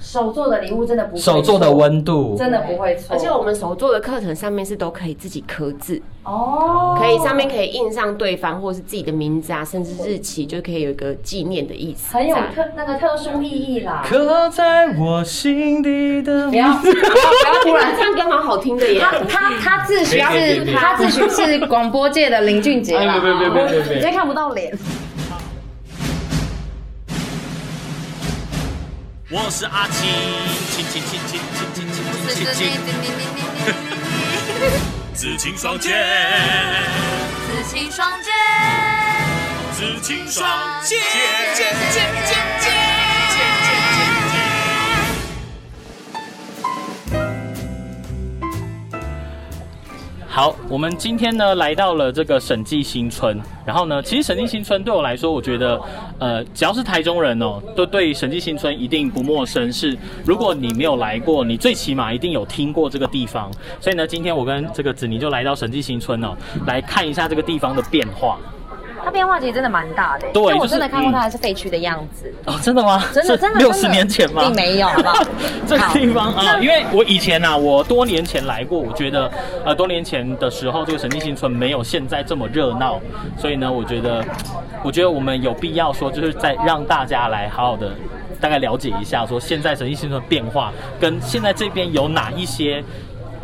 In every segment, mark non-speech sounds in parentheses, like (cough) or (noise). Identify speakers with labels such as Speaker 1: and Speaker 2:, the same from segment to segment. Speaker 1: 手做的礼物真的不会
Speaker 2: 手做的
Speaker 1: 错
Speaker 2: 温度，
Speaker 1: 真的不会错，
Speaker 3: 而且我们手做的课程上面是都可以自己刻字，
Speaker 1: 哦
Speaker 3: 可以上面可以印上对方或是自己的名字啊，甚至日期，就可以有一个纪念的意思。
Speaker 1: 很有特那个特殊意义啦。
Speaker 2: 刻在我心底的
Speaker 1: 不。要
Speaker 3: 不要突然唱歌，蛮好听的耶。
Speaker 4: 他他他自诩
Speaker 2: 别别
Speaker 4: 是
Speaker 2: 别
Speaker 4: 他自诩是广播界的林俊杰
Speaker 2: 哎，
Speaker 4: 啦，
Speaker 2: 别别别别别
Speaker 4: 你
Speaker 2: 别！
Speaker 4: 真看不到脸。
Speaker 5: 我是阿青，青青青青青青青青青青，紫青双剑，
Speaker 6: 紫青双剑，
Speaker 5: 紫青双剑。
Speaker 6: 剑剑剑剑剑。
Speaker 5: 好，我们今天呢来到了这个审计新村，然后呢，其实审计新村对我来说，我觉得，呃，只要是台中人哦，都对审计新村一定不陌生。是，如果你没有来过，你最起码一定有听过这个地方。所以呢，今天我跟这个子宁就来到审计新村哦，来看一下这个地方的变化。
Speaker 4: 它变化其实真的蛮大的，
Speaker 5: 对
Speaker 4: 因为
Speaker 5: 就
Speaker 4: 我
Speaker 5: 是
Speaker 4: 真的看过它还是废墟的样子，
Speaker 5: 哦，真的吗？
Speaker 4: 真的真的
Speaker 5: 六
Speaker 4: 真
Speaker 5: 十
Speaker 4: 的
Speaker 5: 年前吗？
Speaker 4: 并没有好不好
Speaker 5: (laughs) 这个地方啊，因为我以前啊，我多年前来过，我觉得呃，多年前的时候，这个神经新村没有现在这么热闹，所以呢，我觉得，我觉得我们有必要说，就是再让大家来好好的。大概了解一下，说现在神经新村的变化，跟现在这边有哪一些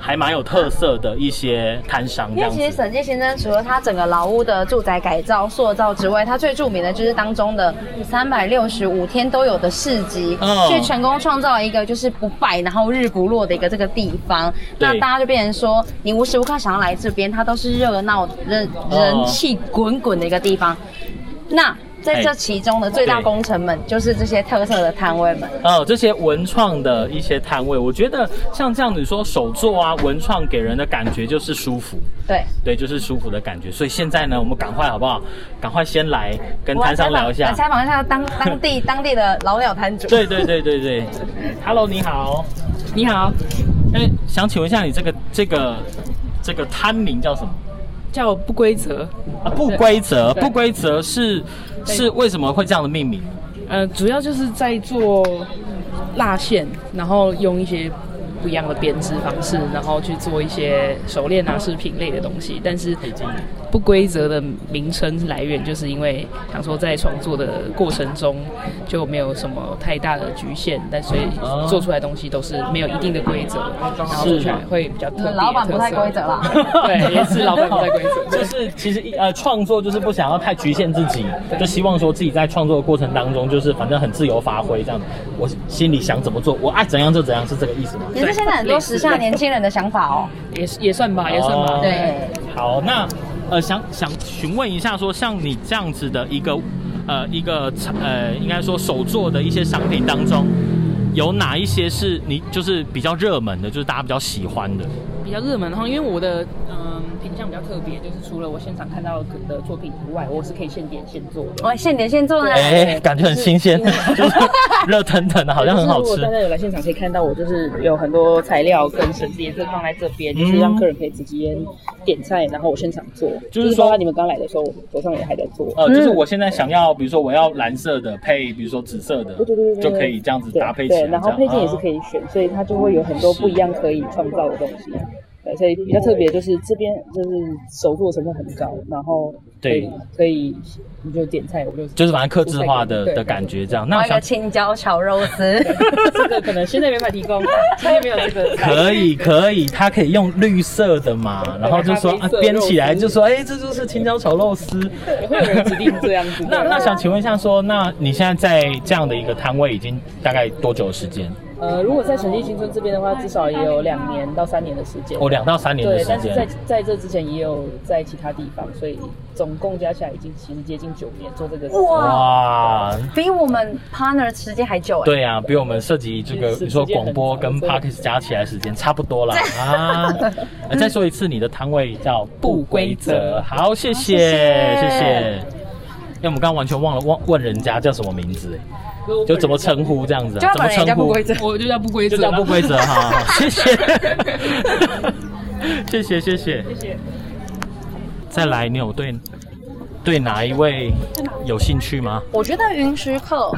Speaker 5: 还蛮有特色的一些摊商这
Speaker 4: 因为
Speaker 5: 样
Speaker 4: 其实
Speaker 5: 子。
Speaker 4: 沈界先生除了他整个老屋的住宅改造塑造之外，他最著名的就是当中的三百六十五天都有的市集，
Speaker 5: 嗯
Speaker 4: 去成功创造一个就是不败然后日不落的一个这个地方。
Speaker 5: 对
Speaker 4: 那大家就变成说，你无时无刻想要来这边，它都是热闹人
Speaker 5: 嗯
Speaker 4: 人气滚滚的一个地方。那在这
Speaker 5: 哎
Speaker 4: 其中的最大
Speaker 5: 对
Speaker 4: 功臣们，就是这些特色的摊位们。
Speaker 5: 呃，这些文创的一些摊位，我觉得像这样子说手作啊，文创给人的感觉就是舒服。
Speaker 4: 对，
Speaker 5: 对，就是舒服的感觉。所以现在呢，我们赶快好不好？赶快先来跟摊商聊一
Speaker 4: 我
Speaker 5: 下
Speaker 4: 来。采访一下当当地当地的老鸟摊主。
Speaker 5: 对对对对对，Hello，你好，你好。哎、想请问一下，你这个这个这个摊名叫什么？
Speaker 7: 叫不规则。
Speaker 5: 啊，不规则，
Speaker 7: 对
Speaker 5: 不规则是是为什么会这样的命名？
Speaker 7: 呃，主要就是在做蜡线，然后用一些不一样的编织方式，然后去做一些手链啊、饰品类的东西。但是不规则的名称来源，就是因为想说在创作的过程中就没有什么太大的局限，但所以
Speaker 5: 哦
Speaker 7: 做出来的东西都是没有一定的规则，然后做
Speaker 5: 是
Speaker 7: 起来会比较特别。
Speaker 4: 老板不太规则啦
Speaker 7: (laughs) 对，也是老板不太规则。对
Speaker 5: 就是其实呃，创作就是不想要太局限自己，就希望说自己在创作的过程当中，就是反正很自由发挥这样。我心里想怎么做，我爱怎样就怎样，是这个意思吗？
Speaker 4: 也是现在很多时下年轻人的想法哦。
Speaker 7: 也是也算吧，也算吧。
Speaker 5: 哦
Speaker 7: 对。
Speaker 4: 对，
Speaker 5: 好，那呃，想想询问一下说像你这样子的一个呃一个呃，应该说手做的一些商品当中，有哪一些是你就是比较热门的，就是大家比较喜欢的？
Speaker 7: 比较热门，然后因为我的嗯品相比较特别，就是除了我现场看到的作品以外，我是可以现点现做的。
Speaker 4: 我现点现做呢。
Speaker 5: 哎，感觉很新鲜，
Speaker 7: (laughs)
Speaker 5: 就是热腾腾的，好像很好
Speaker 7: 就是如
Speaker 5: 吃
Speaker 7: 果大。家有来现场可以看到，我就是有很多材料跟绳子也是放在这边，就是让客人可以直接点菜，然后我现场做。
Speaker 5: 就是说
Speaker 7: 包括你们刚来的时候，我手上也还在做。
Speaker 5: 呃，就是我现在想要，比如说我要蓝色的配，比如说紫色的
Speaker 7: 对对对，对
Speaker 5: 就可以这样子嗯搭配起
Speaker 7: 对，
Speaker 5: 来。啊
Speaker 7: 对然后配件也是可
Speaker 5: 以。
Speaker 7: 以选，所以它就会有很多不一样可以创造的东西。对，所以比较特别就是这边就是手做成分很高，然后可以
Speaker 5: 对
Speaker 7: 可以你就点菜，我就
Speaker 5: 就是反正克制化的
Speaker 7: 对
Speaker 5: 的感觉这样。那
Speaker 4: 我
Speaker 5: 我
Speaker 4: 一个
Speaker 5: 想
Speaker 4: 青椒炒肉 (laughs) 丝，
Speaker 7: 这个可能现在没法提供， (laughs) 现在没有这个。
Speaker 5: 可以可以，它可以用绿色的嘛，然后就说
Speaker 7: 咖
Speaker 5: 啊
Speaker 7: 啡色肉丝
Speaker 5: 编起来就说，哎、这就是青椒炒肉丝。。
Speaker 7: 会有人指定这样子
Speaker 5: 那那想请问一下说，那你现在在这样的一个摊位已经大概多久的时间？
Speaker 7: 呃，如果在神迹新村这边的话，至少也有两年到三年的时间。
Speaker 5: 哦，两到三年的
Speaker 7: 对，
Speaker 5: 时
Speaker 7: 但是在
Speaker 5: 间。
Speaker 7: 在这之前也有在其他地方，所以总共加起来已经其实接近九年做这个。
Speaker 4: 哇，
Speaker 5: 哇，
Speaker 4: 比我们 partner 时间还久哎。
Speaker 5: 对啊，比我们涉及这个
Speaker 7: 是
Speaker 5: 你说
Speaker 7: 时间
Speaker 5: 广
Speaker 7: 很
Speaker 5: 播
Speaker 7: 长
Speaker 5: 跟 p
Speaker 7: 所以
Speaker 5: a r k e s 加起来时间差不多啦。啊。呃再说一次，你的摊位叫不规则。好，谢谢谢谢。因为我们刚刚完全忘了忘问人家叫什么名字，哎就怎么称呼这样子、啊，
Speaker 4: 要
Speaker 5: 怎
Speaker 4: 不
Speaker 5: 么
Speaker 4: 然人
Speaker 5: 称
Speaker 4: 家
Speaker 5: 呼
Speaker 4: 不？规则。
Speaker 7: 我就叫不规
Speaker 5: 就
Speaker 7: 则，
Speaker 5: 叫不规则哈，好谢谢， (laughs) 谢谢谢谢谢谢。再来，你有对对哪一位有兴趣吗？
Speaker 4: 我觉得云石客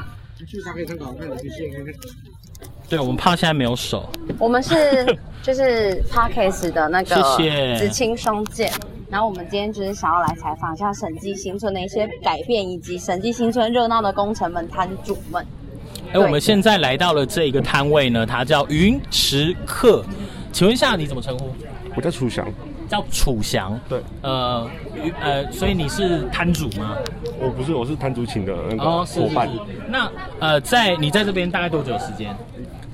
Speaker 5: 对，我们怕现在没有手。
Speaker 4: 我们是就是 Parkes 的那个
Speaker 5: 谢谢
Speaker 4: 紫青双剑。然后我们今天就是想要来采访一下审计新村的一些改变，以及审计新村热闹的工程们、摊主们。
Speaker 5: 哎，我们现在来到了这一个摊位呢，它叫云池客。请问一下，你怎么称呼？
Speaker 8: 我叫楚翔，
Speaker 5: 叫楚翔。
Speaker 8: 对，
Speaker 5: 呃，云呃，所以你是摊主吗？
Speaker 8: 我不是，我是摊主请的那个
Speaker 5: 哦是
Speaker 8: 伙
Speaker 5: 是
Speaker 8: 伴，
Speaker 5: 是。那呃，在你在这边大概多久时间？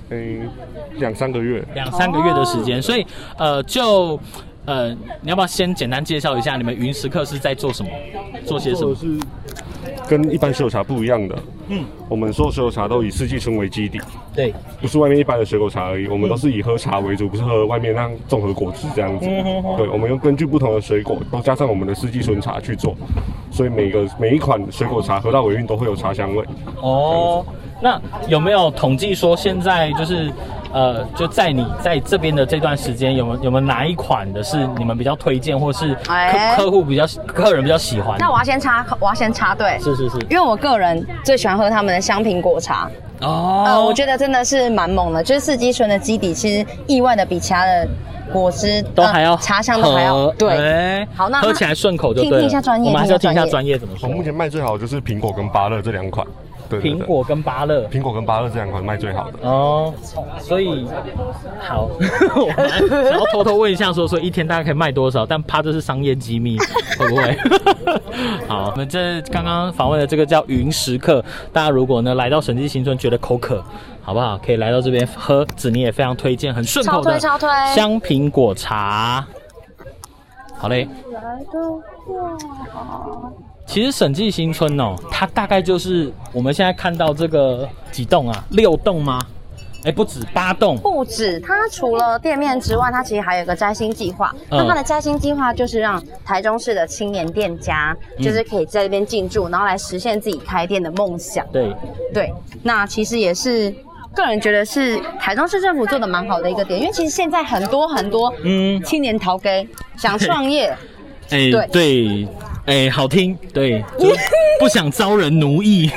Speaker 8: 嗯，两三个月。
Speaker 5: 两三个月的时间，所以呃，就呃，你要不要先简单介绍一下你们云时刻是在做什么，做些什
Speaker 8: 做
Speaker 5: 么
Speaker 8: 的？是跟一般水果茶不一样的，
Speaker 5: 嗯，
Speaker 8: 我们所有水果茶都以四季春为基底，
Speaker 5: 对，
Speaker 8: 不是外面一般的水果茶而已，我们都是以喝茶为主，不是喝外面那样综合果汁这样子。
Speaker 5: 嗯
Speaker 8: 对，我们又根据不同的水果，都加上我们的四季春茶去做，所以每个每一款水果茶喝到尾韵都会有茶香味。
Speaker 5: 哦，那有没有统计说现在就是呃，就在你在这边的这段时间，有没有有没有哪一款的是你们比较推荐，或是客、
Speaker 4: 哎
Speaker 5: 客户比较客人比较喜欢的？
Speaker 4: 那我要先插，我要先插队，
Speaker 5: 是是是
Speaker 4: 因为我个人最喜欢喝他们的香苹果茶。
Speaker 5: 哦
Speaker 4: 呃，我觉得真的是蛮猛的，就是四季春的基底，其实意外的比其他的果汁
Speaker 5: 都还要
Speaker 4: 呃茶香都还要
Speaker 5: 合
Speaker 4: 对。
Speaker 5: 哎
Speaker 4: 好那
Speaker 5: 喝起来顺口就对
Speaker 4: 听
Speaker 5: 了。
Speaker 4: 听一下专业
Speaker 5: 我们还是要听一下
Speaker 4: 听一下
Speaker 5: 专业怎么
Speaker 8: 我
Speaker 5: 说。
Speaker 8: 哦目前卖最好的就是苹果跟芭乐这两款，对对对
Speaker 5: 苹果跟芭乐。
Speaker 8: 苹果跟芭乐这两款卖最好的。
Speaker 5: 哦，所以好， (laughs) 我本来想要偷偷问一下说，说一天大概可以卖多少？但怕这是商业机 (laughs) 密，会不会？好，我们这刚刚访问的这个叫云食客，大家如果呢来到审计新村觉得口渴，好不好？可以来到这边喝，子宁也非常推荐，很顺口的
Speaker 4: 超推超推
Speaker 5: 香苹果茶。好嘞。其实审计新村哦，它大概就是我们现在看到这个几栋啊，六栋吗？哎，不止八栋，
Speaker 4: 不止它除了店面之外，它其实还有一个摘星计划。
Speaker 5: 嗯
Speaker 4: 那它的摘星计划就是让台中市的青年店家，
Speaker 5: 嗯
Speaker 4: 就是可以在这边进驻，然后来实现自己开店的梦想。
Speaker 5: 对，
Speaker 4: 对，那其实也是。个人觉得是台中市政府做的蛮好的一个点，因为其实现在很多很多
Speaker 5: 嗯
Speaker 4: 青年逃给想创
Speaker 5: (laughs)
Speaker 4: 业，
Speaker 5: 哎
Speaker 4: 对
Speaker 5: 对，哎，好听，对，
Speaker 4: (laughs)
Speaker 5: 就不想招人奴役，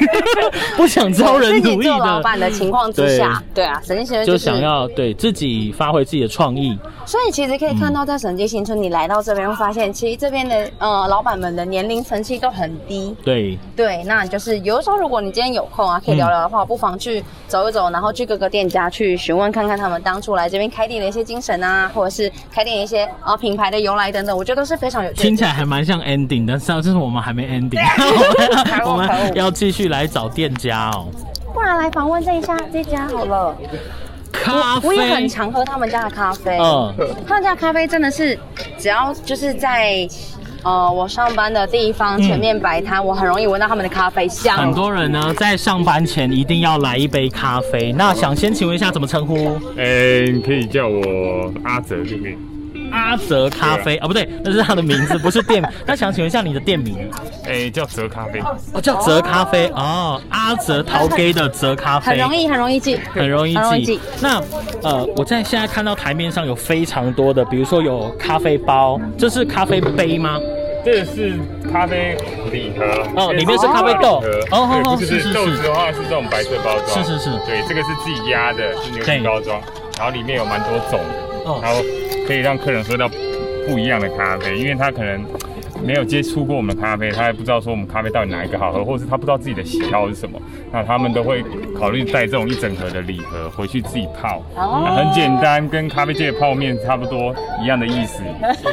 Speaker 5: 不 (laughs) 想招人
Speaker 4: 自己
Speaker 5: 奴役
Speaker 4: 做老板
Speaker 5: 的，
Speaker 4: 的情况之下，对啊，审计新村
Speaker 5: 就是想要对自己发挥自己的创意，
Speaker 4: 所以其实可以看到，在审计新村，你来到这边会发现，其实这边的呃老板们的年龄层其实都很低。
Speaker 5: 对，
Speaker 4: 对，那就是有的时候，如果你今天有空啊，可以聊聊的话，不妨去走一走，然后去各个店家去询问看看他们当初来这边开店的一些精神啊，或者是开店的一些呃品牌的由来等等，我觉得都是非常有趣的。
Speaker 5: 听起来还蛮像 ending，但是啊这是我们还没
Speaker 4: (laughs)
Speaker 5: ending，我
Speaker 4: 还有
Speaker 5: 们要继续来找店家哦，
Speaker 4: 不然来访问这一下这家好了，
Speaker 5: 咖
Speaker 4: 我也很
Speaker 5: 啡，
Speaker 4: 常喝他们家的咖啡。
Speaker 5: 嗯，
Speaker 4: 他们家咖啡真的是，只要就是在呃我上班的地方前面摆摊，我很容易闻到他们的咖啡香。
Speaker 5: 很多人呢在上班前一定要来一杯咖啡。那想先请问一下怎么称呼？
Speaker 9: 哎、你可以叫我阿哲就可以。
Speaker 5: 阿泽咖啡啊，不对，那是他的名字，不是
Speaker 4: (laughs)
Speaker 5: 店。那想请问一下你的店名？
Speaker 9: 哎、叫哲咖啡。
Speaker 5: 哦，叫泽咖啡哦，阿泽陶给的泽咖啡，
Speaker 4: 很容易，很容易记，
Speaker 5: 哎很容易
Speaker 4: 很容易
Speaker 5: 记
Speaker 4: 记。
Speaker 5: 那呃，我在现在看到台面上有非常多的，比如说有咖啡包，这是咖啡杯吗？
Speaker 9: 这个是咖啡礼盒
Speaker 5: 哦里面是咖啡豆哦哦
Speaker 9: 哦
Speaker 5: 哦
Speaker 9: 哦，对不
Speaker 5: 是
Speaker 9: 是
Speaker 5: 是
Speaker 9: 豆
Speaker 5: 是
Speaker 9: 子的话是这种白色包装，
Speaker 5: 是是是
Speaker 9: 对，这个是自己压的，是牛
Speaker 5: 对
Speaker 9: 皮包装，然后里面有蛮多种的
Speaker 5: 哦，
Speaker 9: 然后可以让客人喝到不一样的咖啡，因为他可能。没有接触过我们的咖啡，他还不知道说我们咖啡到底哪一个好喝，或者是他不知道自己的喜好是什么，那他们都会考虑带这种一整盒的礼盒回去自己泡，
Speaker 4: 哦
Speaker 9: 那很简单，跟咖啡界的泡面差不多一样的意思，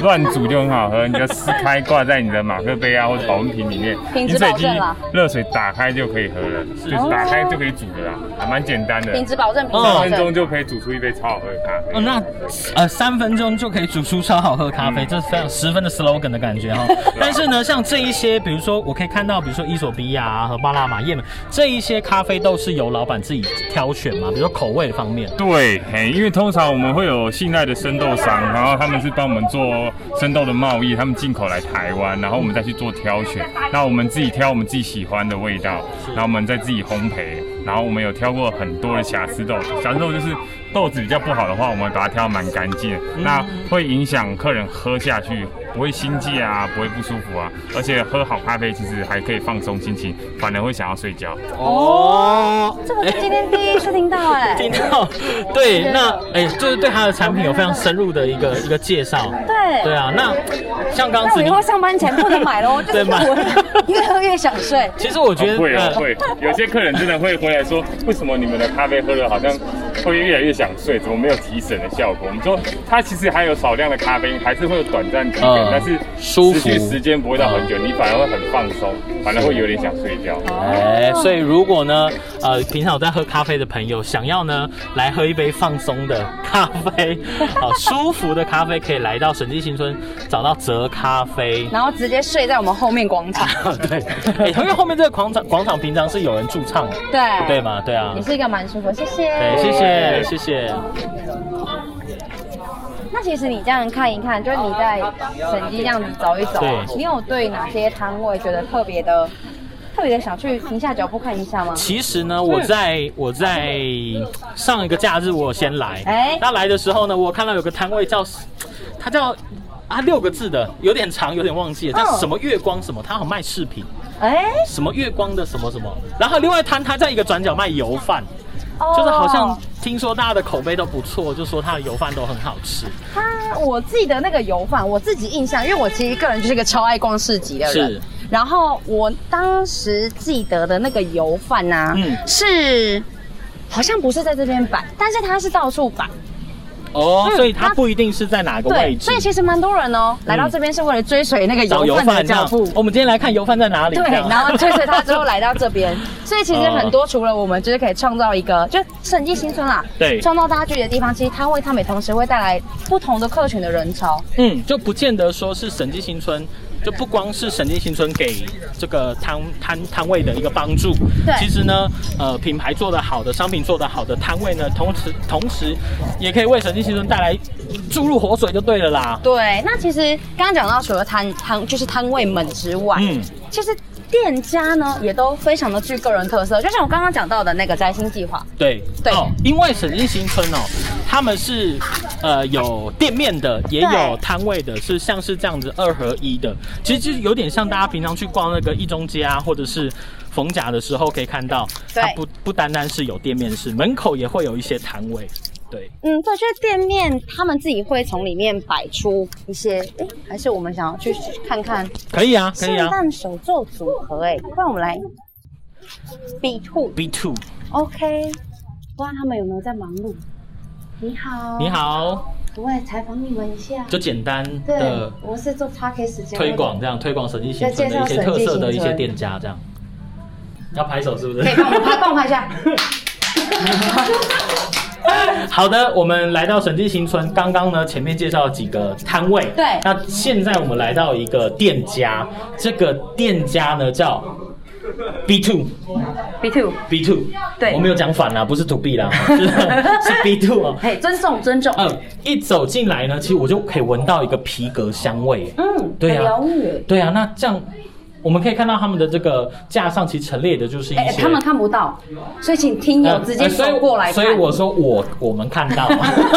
Speaker 9: 乱煮就很好喝，你就撕开挂在你的马克杯啊或者保温瓶里面，
Speaker 4: 品质
Speaker 9: 饮水
Speaker 4: 保
Speaker 9: 机
Speaker 4: 证啦
Speaker 9: 热水打开就可以喝了，就是打开就可以煮的啦，还蛮简单的，
Speaker 4: 品质保证，品质
Speaker 9: 三
Speaker 4: 保
Speaker 9: 分
Speaker 4: 证。
Speaker 9: 钟就可以煮出一杯超好喝的咖啡。
Speaker 5: 哦，那呃三分钟就可以煮出超好喝咖啡，
Speaker 4: 嗯
Speaker 5: 这是非常十分的 slogan 的感觉
Speaker 4: (laughs)
Speaker 5: 哈、哦。但是呢，像这一些，比如说我可以看到，比如说伊索比亚、啊、和巴拿马、也门这一些咖啡豆是由老板自己挑选嘛，比如说口味方面。
Speaker 9: 对，嘿，因为通常我们会有信赖的生豆商，然后他们是帮我们做生豆的贸易，他们进口来台湾，然后我们再去做挑选。那我们自己挑我们自己喜欢的味道，然后我们再自己烘焙。然后我们有挑过很多的瑕疵豆，瑕疵豆就是豆子比较不好的话，我们把它挑蛮干净的，
Speaker 5: 嗯
Speaker 9: 那会影响客人喝下去，不会心悸啊，不会不舒服啊，而且喝好咖啡其实还可以放松心情，反而会想要睡觉。
Speaker 5: 哦，
Speaker 4: 这个是今天第一次听到
Speaker 5: (laughs)
Speaker 4: 哎、
Speaker 5: 听到，对，那哎、就是对它的产品有非常深入的一个一个介绍。
Speaker 4: 对
Speaker 5: 对啊，那像刚
Speaker 4: 那
Speaker 5: 子
Speaker 4: 我以
Speaker 5: 你，
Speaker 4: 后上班前不能买了，我就是
Speaker 5: 对买 (laughs)
Speaker 4: 我 (laughs) 越喝越想睡。
Speaker 5: 其实我觉得
Speaker 9: 会啊
Speaker 5: 呃
Speaker 9: 会，有些客人真的会回来说，为什么你们的咖啡喝了好像会越来越想睡，怎么没有提神的效果？我们说它其实还有少量的咖啡因，还是会有短暂提神，
Speaker 5: 嗯
Speaker 9: 但是
Speaker 5: 舒服嗯
Speaker 9: 持续时间不会到很久，你反而会很放松，反而会有点想睡觉。
Speaker 5: 哎，所以如果呢，呃，平常有在喝咖啡的朋友，想要呢来喝一杯放松的咖啡， (laughs) 好、舒服的咖啡，可以来到审计新村找到泽咖
Speaker 9: (laughs)
Speaker 5: 啡。
Speaker 4: 然后直接睡在我们后面广场，
Speaker 5: 对，哎、因为后面这个广场广场平常是有人驻唱，
Speaker 4: 对
Speaker 5: (laughs) 对？嘛，对啊
Speaker 4: 也，是一个蛮舒服，谢谢。
Speaker 5: 对，谢谢谢谢。
Speaker 4: 那其实你这样看一看，就是你在审计这样子走一走啊
Speaker 5: 对，
Speaker 4: 你有对哪些摊位觉得特别的、特别的想去停下脚步看一下吗？
Speaker 5: 其实呢，我在我在上一个假日我有先来，
Speaker 4: 哎
Speaker 5: 那来的时候呢，我看到有个摊位叫，它叫啊六个字的，有点长，有点忘记了，叫
Speaker 4: 嗯
Speaker 5: 什么月光什么，它好像卖饰品，
Speaker 4: 哎，
Speaker 5: 什么月光的什么什么，然后另外摊它在一个转角卖油饭，
Speaker 4: 哦
Speaker 5: 就是好像听说大家的口碑都不错，就说它的油饭都很好吃，
Speaker 4: 他，我记得那个油饭，我自己印象，因为我其实个人就是一个超爱逛市集的人
Speaker 5: 是。
Speaker 4: 然后我当时记得的那个油饭呐、
Speaker 5: 嗯
Speaker 4: 是好像不是在这边摆，但是它是到处摆，
Speaker 5: 哦，
Speaker 4: 嗯
Speaker 5: 所以它
Speaker 4: 它
Speaker 5: 不一定是在哪个位
Speaker 4: 对，
Speaker 5: 置嗯
Speaker 4: 所以。其实蛮多人哦，来到这边是为了追随那个
Speaker 5: 找
Speaker 4: 油饭的
Speaker 5: 这
Speaker 4: 脚
Speaker 5: 样
Speaker 4: 步。
Speaker 5: 我们今天来看油饭在哪里。
Speaker 4: 对
Speaker 5: 这，样
Speaker 4: 然后追随他之
Speaker 5: (laughs)
Speaker 4: 后来到这边，所以其实很多除了我们就是可以创造一个，就审计新村啦，
Speaker 5: 对
Speaker 4: 创造大家聚集的地方，其实它为他们也同时会带来不同的客群的人潮，
Speaker 5: 嗯，就不见得说是审计新村，就不光是审计新村给这个摊摊摊位的一个帮助。
Speaker 4: 对
Speaker 5: 其实呢，呃，品牌做得好的，商品做得好的摊位呢，同时同时也可以为审计新村带来注入活水就对了啦。
Speaker 4: 对，那其实刚刚讲到，除了摊摊就是摊位们之外，
Speaker 5: 嗯
Speaker 4: 嗯，其实店家呢也都非常的具个人特色，就像我刚刚讲到的那个摘星计划，
Speaker 5: 对
Speaker 4: 对
Speaker 5: 哦，因为审计新村哦，他们是呃有店面的，也有
Speaker 4: 对
Speaker 5: 摊位的，是像是这样子二合一的，其实就是有点像大家平常去逛那个一中街啊，或者是逢甲的时候可以看到，
Speaker 4: 对
Speaker 5: 它不不单单是有店面是门口也会有一些摊位，对，
Speaker 4: 嗯，对，就是店面他们自己会从里面摆出一些，哎，还是我们想要去看看
Speaker 5: 可以啊，可
Speaker 4: 圣
Speaker 5: 以啊。
Speaker 4: 诞手作组合，哎，不然我们来 B two
Speaker 5: B two，
Speaker 4: OK，不知道他们有没有在忙碌？你好，
Speaker 5: 你，好，
Speaker 4: 可不可以采访你们一下？
Speaker 5: 就简单
Speaker 4: 对
Speaker 5: 的，
Speaker 4: 我是做 p a r k e t 节目的
Speaker 5: 推广这样，推广审计新村的
Speaker 4: 要
Speaker 5: 一
Speaker 4: 介
Speaker 5: 些
Speaker 4: 绍
Speaker 5: 特色的
Speaker 4: 审计新
Speaker 5: 一些
Speaker 4: 村
Speaker 5: 店家这样，要拍手是不是？
Speaker 4: 可以帮我拍，帮我拍一
Speaker 5: (laughs)
Speaker 4: 下。
Speaker 5: 好的，我们来到审计新村，刚刚呢前面介绍了几个摊位，
Speaker 4: 对
Speaker 5: 那现在我们来到一个店家，这个店家呢叫 B two
Speaker 4: B two，
Speaker 5: B two，
Speaker 4: 对
Speaker 5: 我没有讲反啊啦，不是 To B 啦，
Speaker 4: (laughs)
Speaker 5: 是是 B two 哦。
Speaker 4: 嘿，尊重尊重。
Speaker 5: 嗯，一走进来呢，其实我就可以闻到一个皮革香味。
Speaker 4: 嗯，
Speaker 5: 对啊呀、
Speaker 4: 很疗愈。
Speaker 5: 对呀、那这样我们可以看到他们的这个架上其实陈列的就是一
Speaker 4: 哎、
Speaker 5: 些
Speaker 4: 他们看不到，所以请听友
Speaker 5: 呃
Speaker 4: 直接
Speaker 5: 呃所以
Speaker 4: 走过来看。
Speaker 5: 所以我说我我们看到，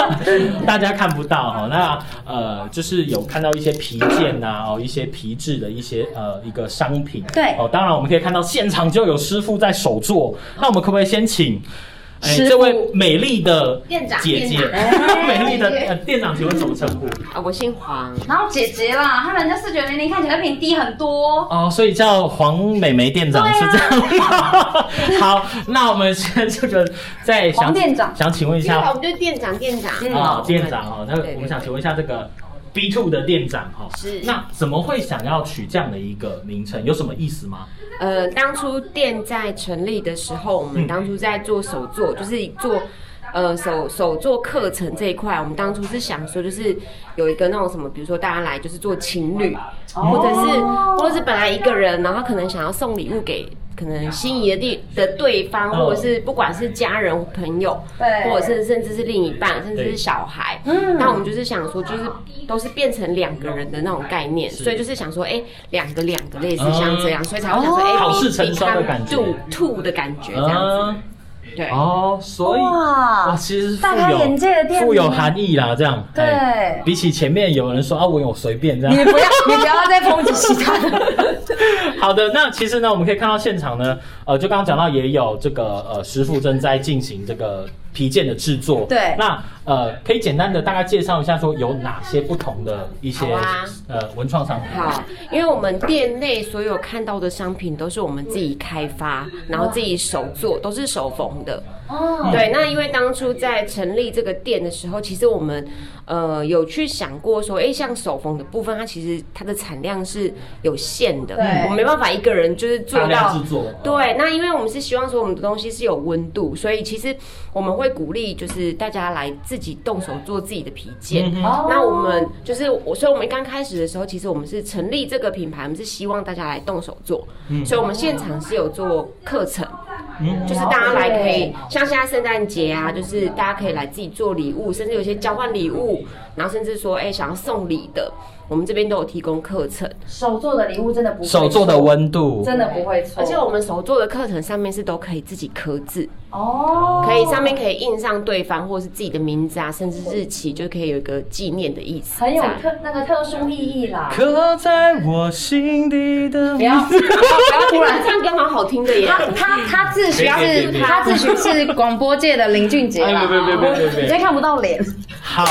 Speaker 5: (laughs) 大家看不到哈。那呃，就是有看到一些皮件啊，哦，一些皮质的一些呃一个商品。
Speaker 4: 对
Speaker 5: 哦，当然我们可以看到现场就有师傅在手做。那我们可不可以先请？哎，
Speaker 4: 师傅
Speaker 5: 这位美丽的
Speaker 4: 店长
Speaker 5: 姐姐
Speaker 4: 店长，
Speaker 5: (laughs) 美丽的
Speaker 4: 哎
Speaker 5: 呃店长，请问怎么称呼？
Speaker 3: (laughs) 啊，我姓黄，
Speaker 4: 然后姐姐啦，她人家视觉年龄看起来比你低很
Speaker 5: (laughs)
Speaker 4: 多。
Speaker 5: 哦，所以叫黄美眉店长、是这样吗？ (laughs) 好，那我们现在这个再想
Speaker 4: 黄店长
Speaker 5: 想请问一
Speaker 3: 因为
Speaker 5: 下
Speaker 3: 我，们就是店长，店长
Speaker 5: 啊、店长哦，那
Speaker 3: 对
Speaker 5: 我们想请问一下这个 B two 的店长哈、哦，
Speaker 3: 是
Speaker 5: 那怎么会想要取这样的一个名称，有什么意思吗？
Speaker 3: 呃，当初店在成立的时候，我
Speaker 5: 嗯
Speaker 3: 们当初在做手作，就是做。呃，手手作课程这一块，我们当初是想说，就是有一个那种什么，比如说大家来就是做情侣，
Speaker 5: 哦
Speaker 3: 或者是或者是本来一个人，然后可能想要送礼物给可能心仪的地的对方，
Speaker 5: 嗯
Speaker 3: 或者是不管是家人、朋友，
Speaker 4: 对
Speaker 3: 或者是甚至是另一半，甚至
Speaker 5: 对
Speaker 3: 是小孩，那我们就是想说，就是都是变成两个人的那种概念，所以就是想说，哎，两个两
Speaker 5: 嗯
Speaker 3: 个
Speaker 5: 哦
Speaker 3: 类似像这样，所以才会想说，哎，
Speaker 5: 好事成双的感觉
Speaker 3: two two 的感觉这样子。
Speaker 5: 嗯
Speaker 3: 对，
Speaker 5: 哦，所以
Speaker 10: 哇
Speaker 5: 哇，其实是
Speaker 10: 大
Speaker 5: 富
Speaker 10: 开
Speaker 5: 有
Speaker 10: 眼界的店
Speaker 5: 富有
Speaker 10: 名
Speaker 5: 含义啦，这样
Speaker 10: 对
Speaker 5: 哎比起前面有人说啊，我有随便这样，
Speaker 4: 你不要，你不要再抨击其他 (laughs) 人。
Speaker 5: 好的，那其实呢，我们可以看到现场呢，呃，就刚刚讲到也有这个呃师傅正在进行这个皮件的制作。
Speaker 10: 对
Speaker 5: 那呃，可以简单的大概介绍一下，说有哪些不同的一些、
Speaker 3: 好啊
Speaker 5: 呃文创商品。
Speaker 3: 好，因为我们店内所有看到的商品都是我们自己开发，然后自己手做，都是手缝的。
Speaker 10: 哦，
Speaker 3: 对，那因为当初在成立这个店的时候，其实我们呃有去想过说，哎、像手缝的部分，它其实它的产量是有限的
Speaker 10: 对，
Speaker 3: 我们没办法一个人就是做
Speaker 5: 大量
Speaker 3: 到
Speaker 5: 制作。嗯
Speaker 3: 对，那因为我们是希望说我们的东西是有温度，所以其实我们会鼓励就是大家来自己动手做自己的皮件。
Speaker 5: 嗯
Speaker 10: 哦
Speaker 3: 那我们就是我，所以我们刚开始的时候，其实我们是成立这个品牌，我们是希望大家来动手做，
Speaker 5: 嗯
Speaker 3: 所以我们现场是有做课程，就是大家来可以像现在圣诞节啊，就是大家可以来自己做礼物，甚至有些交换礼物，然后甚至说哎、想要送礼的，我们这边都有提供课程。
Speaker 10: 手做的礼物真的不会
Speaker 5: 手做的
Speaker 10: 错
Speaker 5: 温度，
Speaker 10: 真的不会错，
Speaker 3: 而且我们手做的课程上面是都可以自己刻字，
Speaker 10: 哦
Speaker 3: 可以上面可以印上对方或是自己的名字啊，甚至日期，就可以有一个纪念的意思。
Speaker 10: 很有
Speaker 4: (laughs)
Speaker 3: 这样
Speaker 10: 特那个特殊意义啦。
Speaker 5: 刻在我心底的
Speaker 10: 不。要
Speaker 3: 不要突然唱歌，好好听的
Speaker 10: 啊
Speaker 3: 耶！
Speaker 4: 他他自诩
Speaker 5: 别别
Speaker 4: 是，
Speaker 5: 别
Speaker 4: 他自诩是广播界的林俊杰啦哦
Speaker 5: 哎，别别别别别别
Speaker 4: 你真看不到脸。
Speaker 5: 好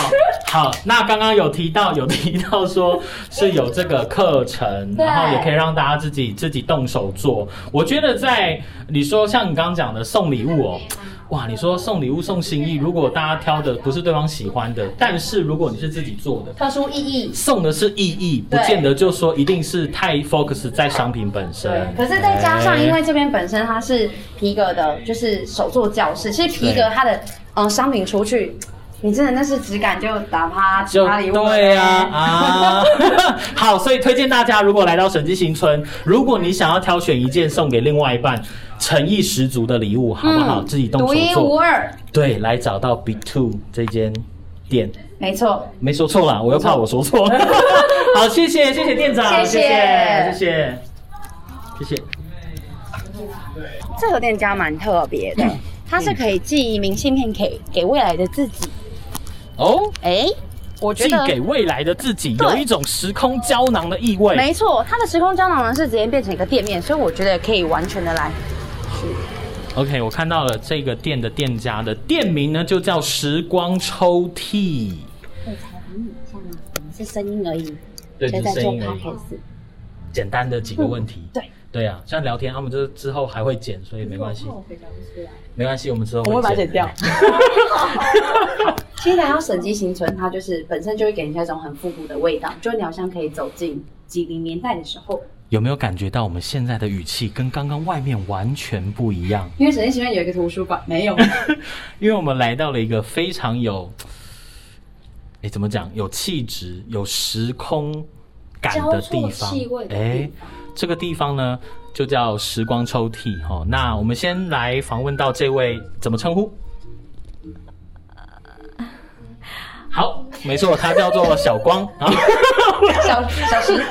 Speaker 5: 好，那刚刚有提到有 (laughs) 提到说是有这个课程，
Speaker 10: 对
Speaker 5: 然后也可以让大家自己自己动手做。我觉得在你说像你刚刚讲的送礼物哦，
Speaker 4: 嗯
Speaker 5: 哇，你说送礼物送心意，如果大家挑的不是对方喜欢
Speaker 4: 嗯
Speaker 5: 的，但是如果你是自己做的。
Speaker 10: 特殊意义。
Speaker 5: 送的是意义，不
Speaker 10: 对
Speaker 5: 见得就说一定是太 focus 在商品本身
Speaker 10: 对。
Speaker 4: 可是再加上，
Speaker 5: 哎
Speaker 4: 因为这边本身它是皮革的，就是手作教室。其实皮革它的嗯商品出去，你真的那是质感就打趴其
Speaker 5: 就
Speaker 4: 他礼物了
Speaker 5: 对呀
Speaker 4: (laughs)
Speaker 5: 啊，好，所以推荐大家，如果来到审计新村，如果你想要挑选一件送给另外一半诚意十足的礼物，好不好？自己
Speaker 4: 嗯
Speaker 5: 动
Speaker 4: 独
Speaker 5: 手
Speaker 4: 一无
Speaker 5: 做，
Speaker 4: 二，
Speaker 5: 对，来找到 Big Two 这间店，
Speaker 4: 没错。
Speaker 5: 没说错啦，我又怕我
Speaker 4: (laughs)
Speaker 5: 说错。好，谢谢，谢谢店长，
Speaker 4: 谢
Speaker 5: 谢
Speaker 4: 谢
Speaker 5: 谢，谢谢，谢谢。
Speaker 4: 这个店家蛮特别的，
Speaker 5: 嗯
Speaker 4: 它是可以寄明信片给给未来的自己。
Speaker 5: 哦，
Speaker 4: 哎，我觉
Speaker 5: 寄
Speaker 4: 得
Speaker 5: 给未来的自己
Speaker 4: 对
Speaker 5: 有一种时空胶囊的意味。
Speaker 4: 没错，它的时空胶囊呢是直接变成一个店面，所以我觉得可以完全的来
Speaker 5: OK，我看到了这个店的店家的店名呢，就叫时光抽屉。
Speaker 4: 是声音而已，
Speaker 5: 对，
Speaker 4: 就
Speaker 5: 就
Speaker 4: 在
Speaker 5: 是
Speaker 4: 做
Speaker 5: 声音而已。
Speaker 4: podcast。嗯
Speaker 5: 简单的几个问题。
Speaker 4: 对。
Speaker 5: 对啊，像聊天，他们就是之后还会剪，所以没关系。没关系，我们之后。
Speaker 4: 嗯我会把它剪掉其实来到审计行存，它就是本身就会给人家一种很复古的味道，就你好像可以走进几零年代的时候。
Speaker 5: 有没有感觉到我们现在的语气跟刚刚外面完全不一样？
Speaker 4: 因为审计行院有一个图书馆，
Speaker 5: (laughs)
Speaker 4: 没有
Speaker 5: 因为我们来到了一个非常有，哎，怎么讲？有气质、有时空感的地方。哎，这个地方呢，就叫时光抽屉哈、哦。那我们先来访问到这位怎么称呼？呃 (laughs) 好，没错，他叫做小光。啊
Speaker 4: 小小
Speaker 5: (laughs)
Speaker 4: 时，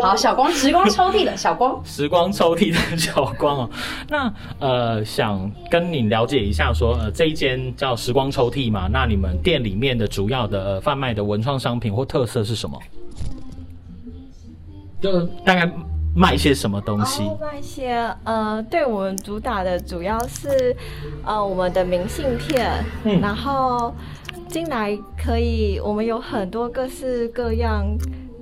Speaker 4: 好小光时光抽屉的小光，
Speaker 5: 时光抽屉的小光哦。那呃，想跟你了解一下说，呃，这一间叫时光抽屉嘛，那你们店里面的主要的呃贩卖的文创商品或特色是什么？就大概卖一些什么东西？
Speaker 11: 卖一些呃，对我们主打的主要是呃我们的明信片，
Speaker 5: 嗯
Speaker 11: 然后进来可以，我们有很多各式各样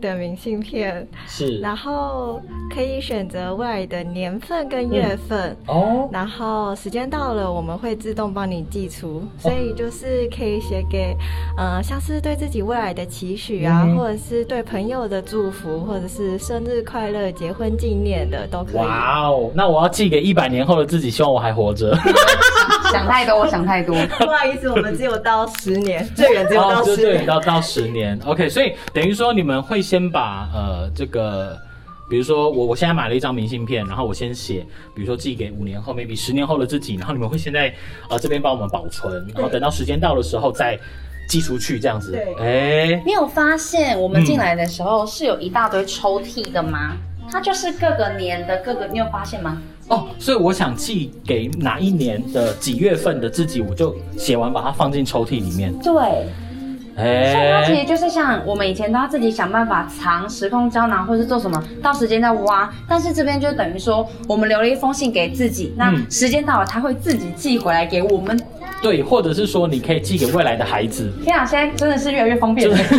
Speaker 11: 的明信片，
Speaker 5: 是
Speaker 11: 然后可以选择未来的年份跟月份。
Speaker 5: 哦，
Speaker 11: 然后时间到了，我们会自动帮你寄出，
Speaker 5: 哦
Speaker 11: 所以就是可以写给，呃，像是对自己未来的期许啊，
Speaker 5: 嗯
Speaker 11: 或者是对朋友的祝福，或者是生日快乐、结婚纪念的都可以。
Speaker 5: 哇哦，那我要寄给一百年后的自己，希望我还活着。
Speaker 4: 想太多，我想太多。
Speaker 11: 不好意思，我们只有到
Speaker 5: (laughs)
Speaker 11: 十年，最 (laughs) 远只有到
Speaker 5: 哦，对
Speaker 11: 十
Speaker 5: 对，
Speaker 11: 年。
Speaker 5: 到到十年。OK，所以等于说你们会先把呃这个，比如说我我现在买了一张明信片，然后我先写，比如说寄给五年后，maybe 十年后的自己，然后你们会先在呃这边帮我们保存，然后等到时间到的时候再寄出去，这样子。
Speaker 11: 对
Speaker 5: 哎、
Speaker 4: 你有发现我们进来的时候是有一大堆抽屉的吗？
Speaker 12: 它就是各个年的各个，你有发现吗？
Speaker 5: 哦，所以我想寄给哪一年的几月份的自己，我就写完把它放进抽屉里面。
Speaker 12: 对，所以它
Speaker 5: 哎、
Speaker 12: 其实就是像我们以前都要自己想办法藏时空胶囊，或是做什么，到时间再挖。但是这边就等于说，我们留了一封信给自己，那
Speaker 5: 嗯
Speaker 12: 时间到了，它会自己寄回来给我
Speaker 5: (laughs)
Speaker 12: 们。
Speaker 5: 对，或者是说你可以寄给未来的孩子，
Speaker 12: 天啊，现在真的是越来越方便
Speaker 5: 就
Speaker 12: 了。
Speaker 5: 是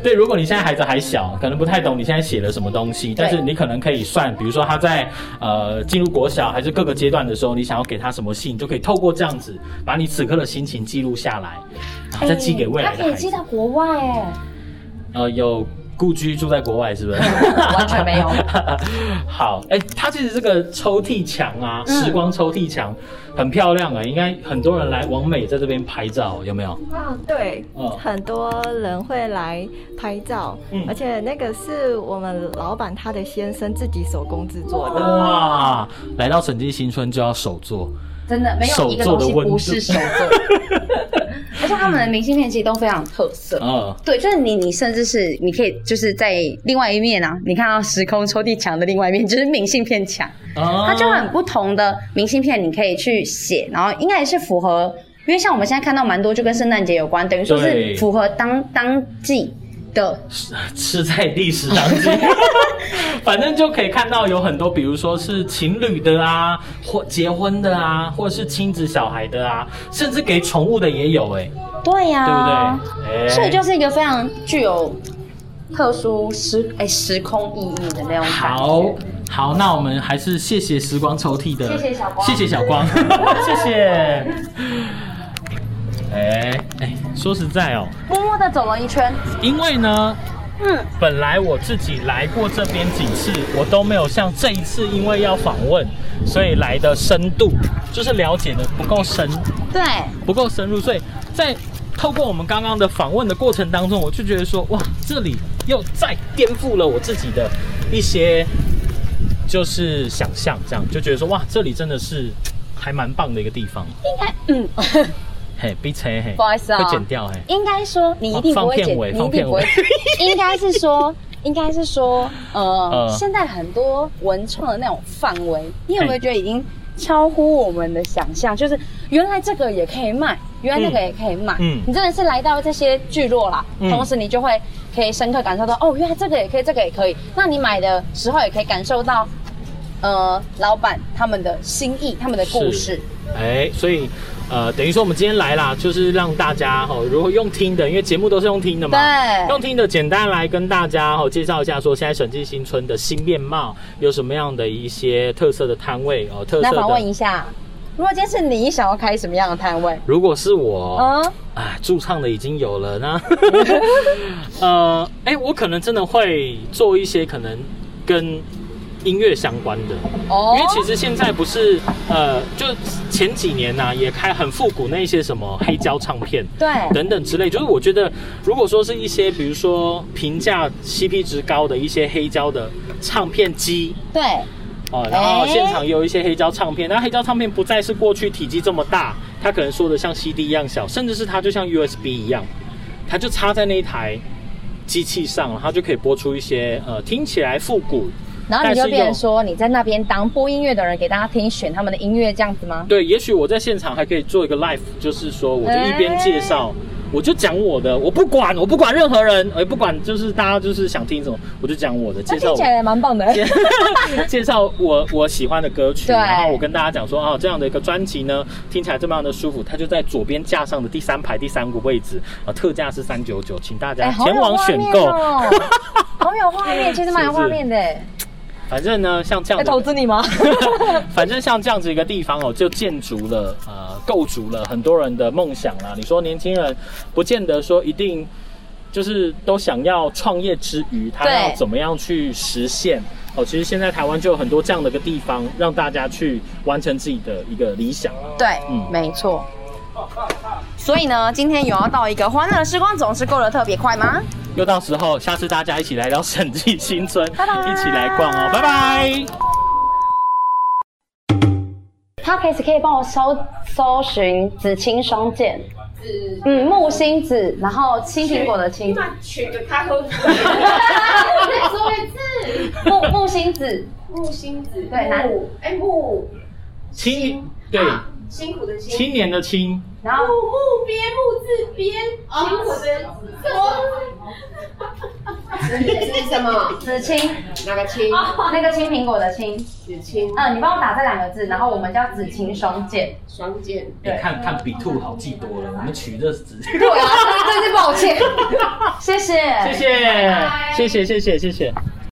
Speaker 5: 对， (laughs) 如果你现在孩子还小，可能不太懂你现在写了什么东西，但是你可能可以算，比如说他在呃进入国小还是各个阶段的时候，你想要给他什么信，你就可以透过这样子把你此刻的心情记录下来，然后再寄给未来
Speaker 12: 它哎
Speaker 5: 的
Speaker 12: 可以
Speaker 5: 孩
Speaker 12: 寄
Speaker 5: 子。
Speaker 12: 到国外哎。
Speaker 5: 呃，有故居住在国外是不是？
Speaker 12: 完全没有。
Speaker 5: (laughs) 好，哎、它其实这个抽屉墙啊，
Speaker 12: 嗯
Speaker 5: 时光抽屉墙很漂亮啊、应该很多人来往美在这边拍照，有没有？
Speaker 11: 啊，对，
Speaker 5: 嗯
Speaker 11: 很多人会来拍照，
Speaker 5: 嗯
Speaker 11: 而且那个是我们老板他的先生自己手工制
Speaker 12: 哦
Speaker 11: 作的。
Speaker 5: 哇，来到审计新村就要手作，
Speaker 12: 真的没有一个
Speaker 5: 手
Speaker 12: 东
Speaker 5: 做的
Speaker 12: 西
Speaker 5: 温度
Speaker 12: 不是手做
Speaker 5: (laughs)
Speaker 12: 的，
Speaker 4: 而且他们的明信片其实都非常有特色。
Speaker 5: 呃，
Speaker 4: 对，就是你，你甚至是你可以就是在另外一面啊，你看到时空抽屉墙的另外一面，就是明信片墙，
Speaker 5: 啊
Speaker 4: 它就很不同的明信片，你可以去写，然后应该也是符合，因为像我们现在看到蛮多就跟圣诞节有关，等于说
Speaker 5: 对
Speaker 4: 是符合当当季的
Speaker 5: 吃在历史当
Speaker 12: (laughs)
Speaker 5: 中，反正就可以看到有很多，比如说是情侣的啊，或结婚的啊，或是亲子小孩的啊，甚至给宠物的也有、哎、
Speaker 4: 对呀、
Speaker 12: 啊
Speaker 5: 对不对？哎、
Speaker 4: 所以就是一个非常具有特殊时哎时空意义的那种感
Speaker 5: 好
Speaker 4: 觉。
Speaker 5: 好，那我们还是谢谢时光抽屉的，
Speaker 12: 谢谢小光
Speaker 5: 谢谢小光，谢谢。
Speaker 12: (laughs)
Speaker 5: 哎哎，说实在哦，
Speaker 4: 默默的走了一圈，
Speaker 5: 因为呢，嗯，本来我自己来过这边几次，我都没有像这一次，因为要访问，所以来的深度就是了解的不够深，
Speaker 4: 对，
Speaker 5: 不够深入，所以在透过我们刚刚的访问的过程当中，我就觉得说，哇，这里又再颠覆了我自己的一些就是想象，这样就觉得说，哇，这里真的是还蛮棒的一个地方。
Speaker 4: 嗯，
Speaker 5: 嘿，逼车嘿，
Speaker 4: 不好意思啊
Speaker 5: 会剪掉嘿。
Speaker 4: 应该说你一定不会
Speaker 5: 放片
Speaker 4: 剪，
Speaker 5: 尾
Speaker 4: 你一定不会 (laughs)
Speaker 5: 放
Speaker 4: 剪，应该是说。应该是说，呃，
Speaker 5: 呃
Speaker 4: 现在很多文创的那种范围，你有没
Speaker 5: 嘿
Speaker 4: 有觉得已经超乎我们的想象？就是原来这个也可以卖，原来那个也可以卖。
Speaker 5: 嗯嗯
Speaker 4: 你真的是来到这些聚落啦，
Speaker 5: 嗯
Speaker 4: 同时你就会可以深刻感受到，哦，原来这个也可以，这个也可以。那你买的时候也可以感受到，呃，老板他们的心意，他们的故
Speaker 5: 是
Speaker 4: 事。
Speaker 5: 哎，所以呃，等于说我们今天来啦，就是让大家哦，如果用听的，因为节目都是用听的嘛，
Speaker 4: 对
Speaker 5: 用听的简单来跟大家哦介绍一下，说现在审计新村的新面貌有什么样的一些特色的摊位哦，特
Speaker 4: 那
Speaker 5: 色
Speaker 4: 访问一
Speaker 5: 的。
Speaker 4: 下，如果今天是你想要开什么样的摊位？
Speaker 5: 如果是我，
Speaker 4: 嗯。
Speaker 5: 哎，驻唱的已经有了，
Speaker 4: (laughs)
Speaker 5: 那呃，哎、我可能真的会做一些可能跟音乐相关的，
Speaker 4: 哦
Speaker 5: 因为其实现在不是呃，就前几年呐、也开很复古那一些什么黑胶唱片。
Speaker 4: 对，
Speaker 5: 等等之类，就是我觉得，如果说是一些比如说平价 CP 值高的一些黑胶的唱片机，
Speaker 4: 对，
Speaker 5: 哦，然后
Speaker 4: 哎
Speaker 5: 现场也有一些黑胶唱片，那黑胶唱片不再是过去体积这么大，它可能缩的像 CD 一样小，甚至是它就像 USB 一样，它就插在那一台机器上，然后它就可以播出一些呃听起来复古，
Speaker 4: 然后你
Speaker 5: 但
Speaker 4: 就是变成
Speaker 5: 又
Speaker 4: 说你在那边当播音乐的人，给大家听选他们的音乐这样子吗？
Speaker 5: 对，也许我在现场还可以做一个 live，就是说我就一边
Speaker 4: 哎
Speaker 5: 介绍。我就讲我的，我不管，我不管任何人，也不管就是大家就是想听什么，我就讲我的，
Speaker 4: 那
Speaker 5: 介绍
Speaker 4: 听
Speaker 5: 我
Speaker 4: 起来也蛮棒的。
Speaker 5: 介 (laughs) 介绍我我喜欢的歌曲，
Speaker 4: 对
Speaker 5: 然后我跟大家讲说哦，这样的一个专辑呢，听起来这么样的舒服，它就在左边架上的第三排第三个位置，啊，特价是三九九，请大家
Speaker 4: 哎，好
Speaker 5: 前
Speaker 4: 有
Speaker 5: 往
Speaker 4: 画
Speaker 5: 选
Speaker 4: 面
Speaker 5: 购。
Speaker 4: 哦， (laughs) 好有画
Speaker 5: (laughs)
Speaker 4: 面，其实蛮有画面的。
Speaker 5: 反正呢，像这样
Speaker 4: 在
Speaker 5: 的
Speaker 4: 哎投资你吗？
Speaker 5: 反正像这样子一个地方哦，就建筑了，呃，构筑了很多人的梦想啦。你说年轻人不见得说一定就是都想要创业之余，他
Speaker 4: 对
Speaker 5: 要怎么样去实现？哦，其实现在台湾就有很多这样的一个地方，让大家去完成自己的一个理想。
Speaker 4: 对，
Speaker 5: 嗯
Speaker 4: 没错。所以呢，今天有要到一个欢乐的时光，总是过得特别快吗？
Speaker 5: 又到时候，下次大家一起来到审计新村，一起来逛哦，拜拜。
Speaker 4: 他 o d 可以帮我搜搜寻“子清双剑”，嗯，木星子，然后青苹果的青，
Speaker 3: 取个开头， (laughs)
Speaker 4: 说一次，木木星子，
Speaker 3: 木星子，
Speaker 4: 对男
Speaker 3: 木，哎木，
Speaker 5: 青对
Speaker 3: 啊辛苦的辛，
Speaker 5: 青年的青，
Speaker 4: 然后
Speaker 3: 木木边木字边，辛苦的子， (laughs)
Speaker 13: 是什
Speaker 4: (laughs)
Speaker 13: 么？
Speaker 4: 子青，
Speaker 13: 哪个亲？
Speaker 4: 那个青苹果的青，
Speaker 13: 子亲，
Speaker 4: 嗯，你帮我打这两个字，然后我们叫子青双 (laughs) 剑。
Speaker 13: 双剑。
Speaker 5: 你看看比兔好记多了，我们取这字，
Speaker 4: (laughs) 对啊，真是抱歉，谢谢，
Speaker 5: 谢谢，谢谢，谢谢，谢谢。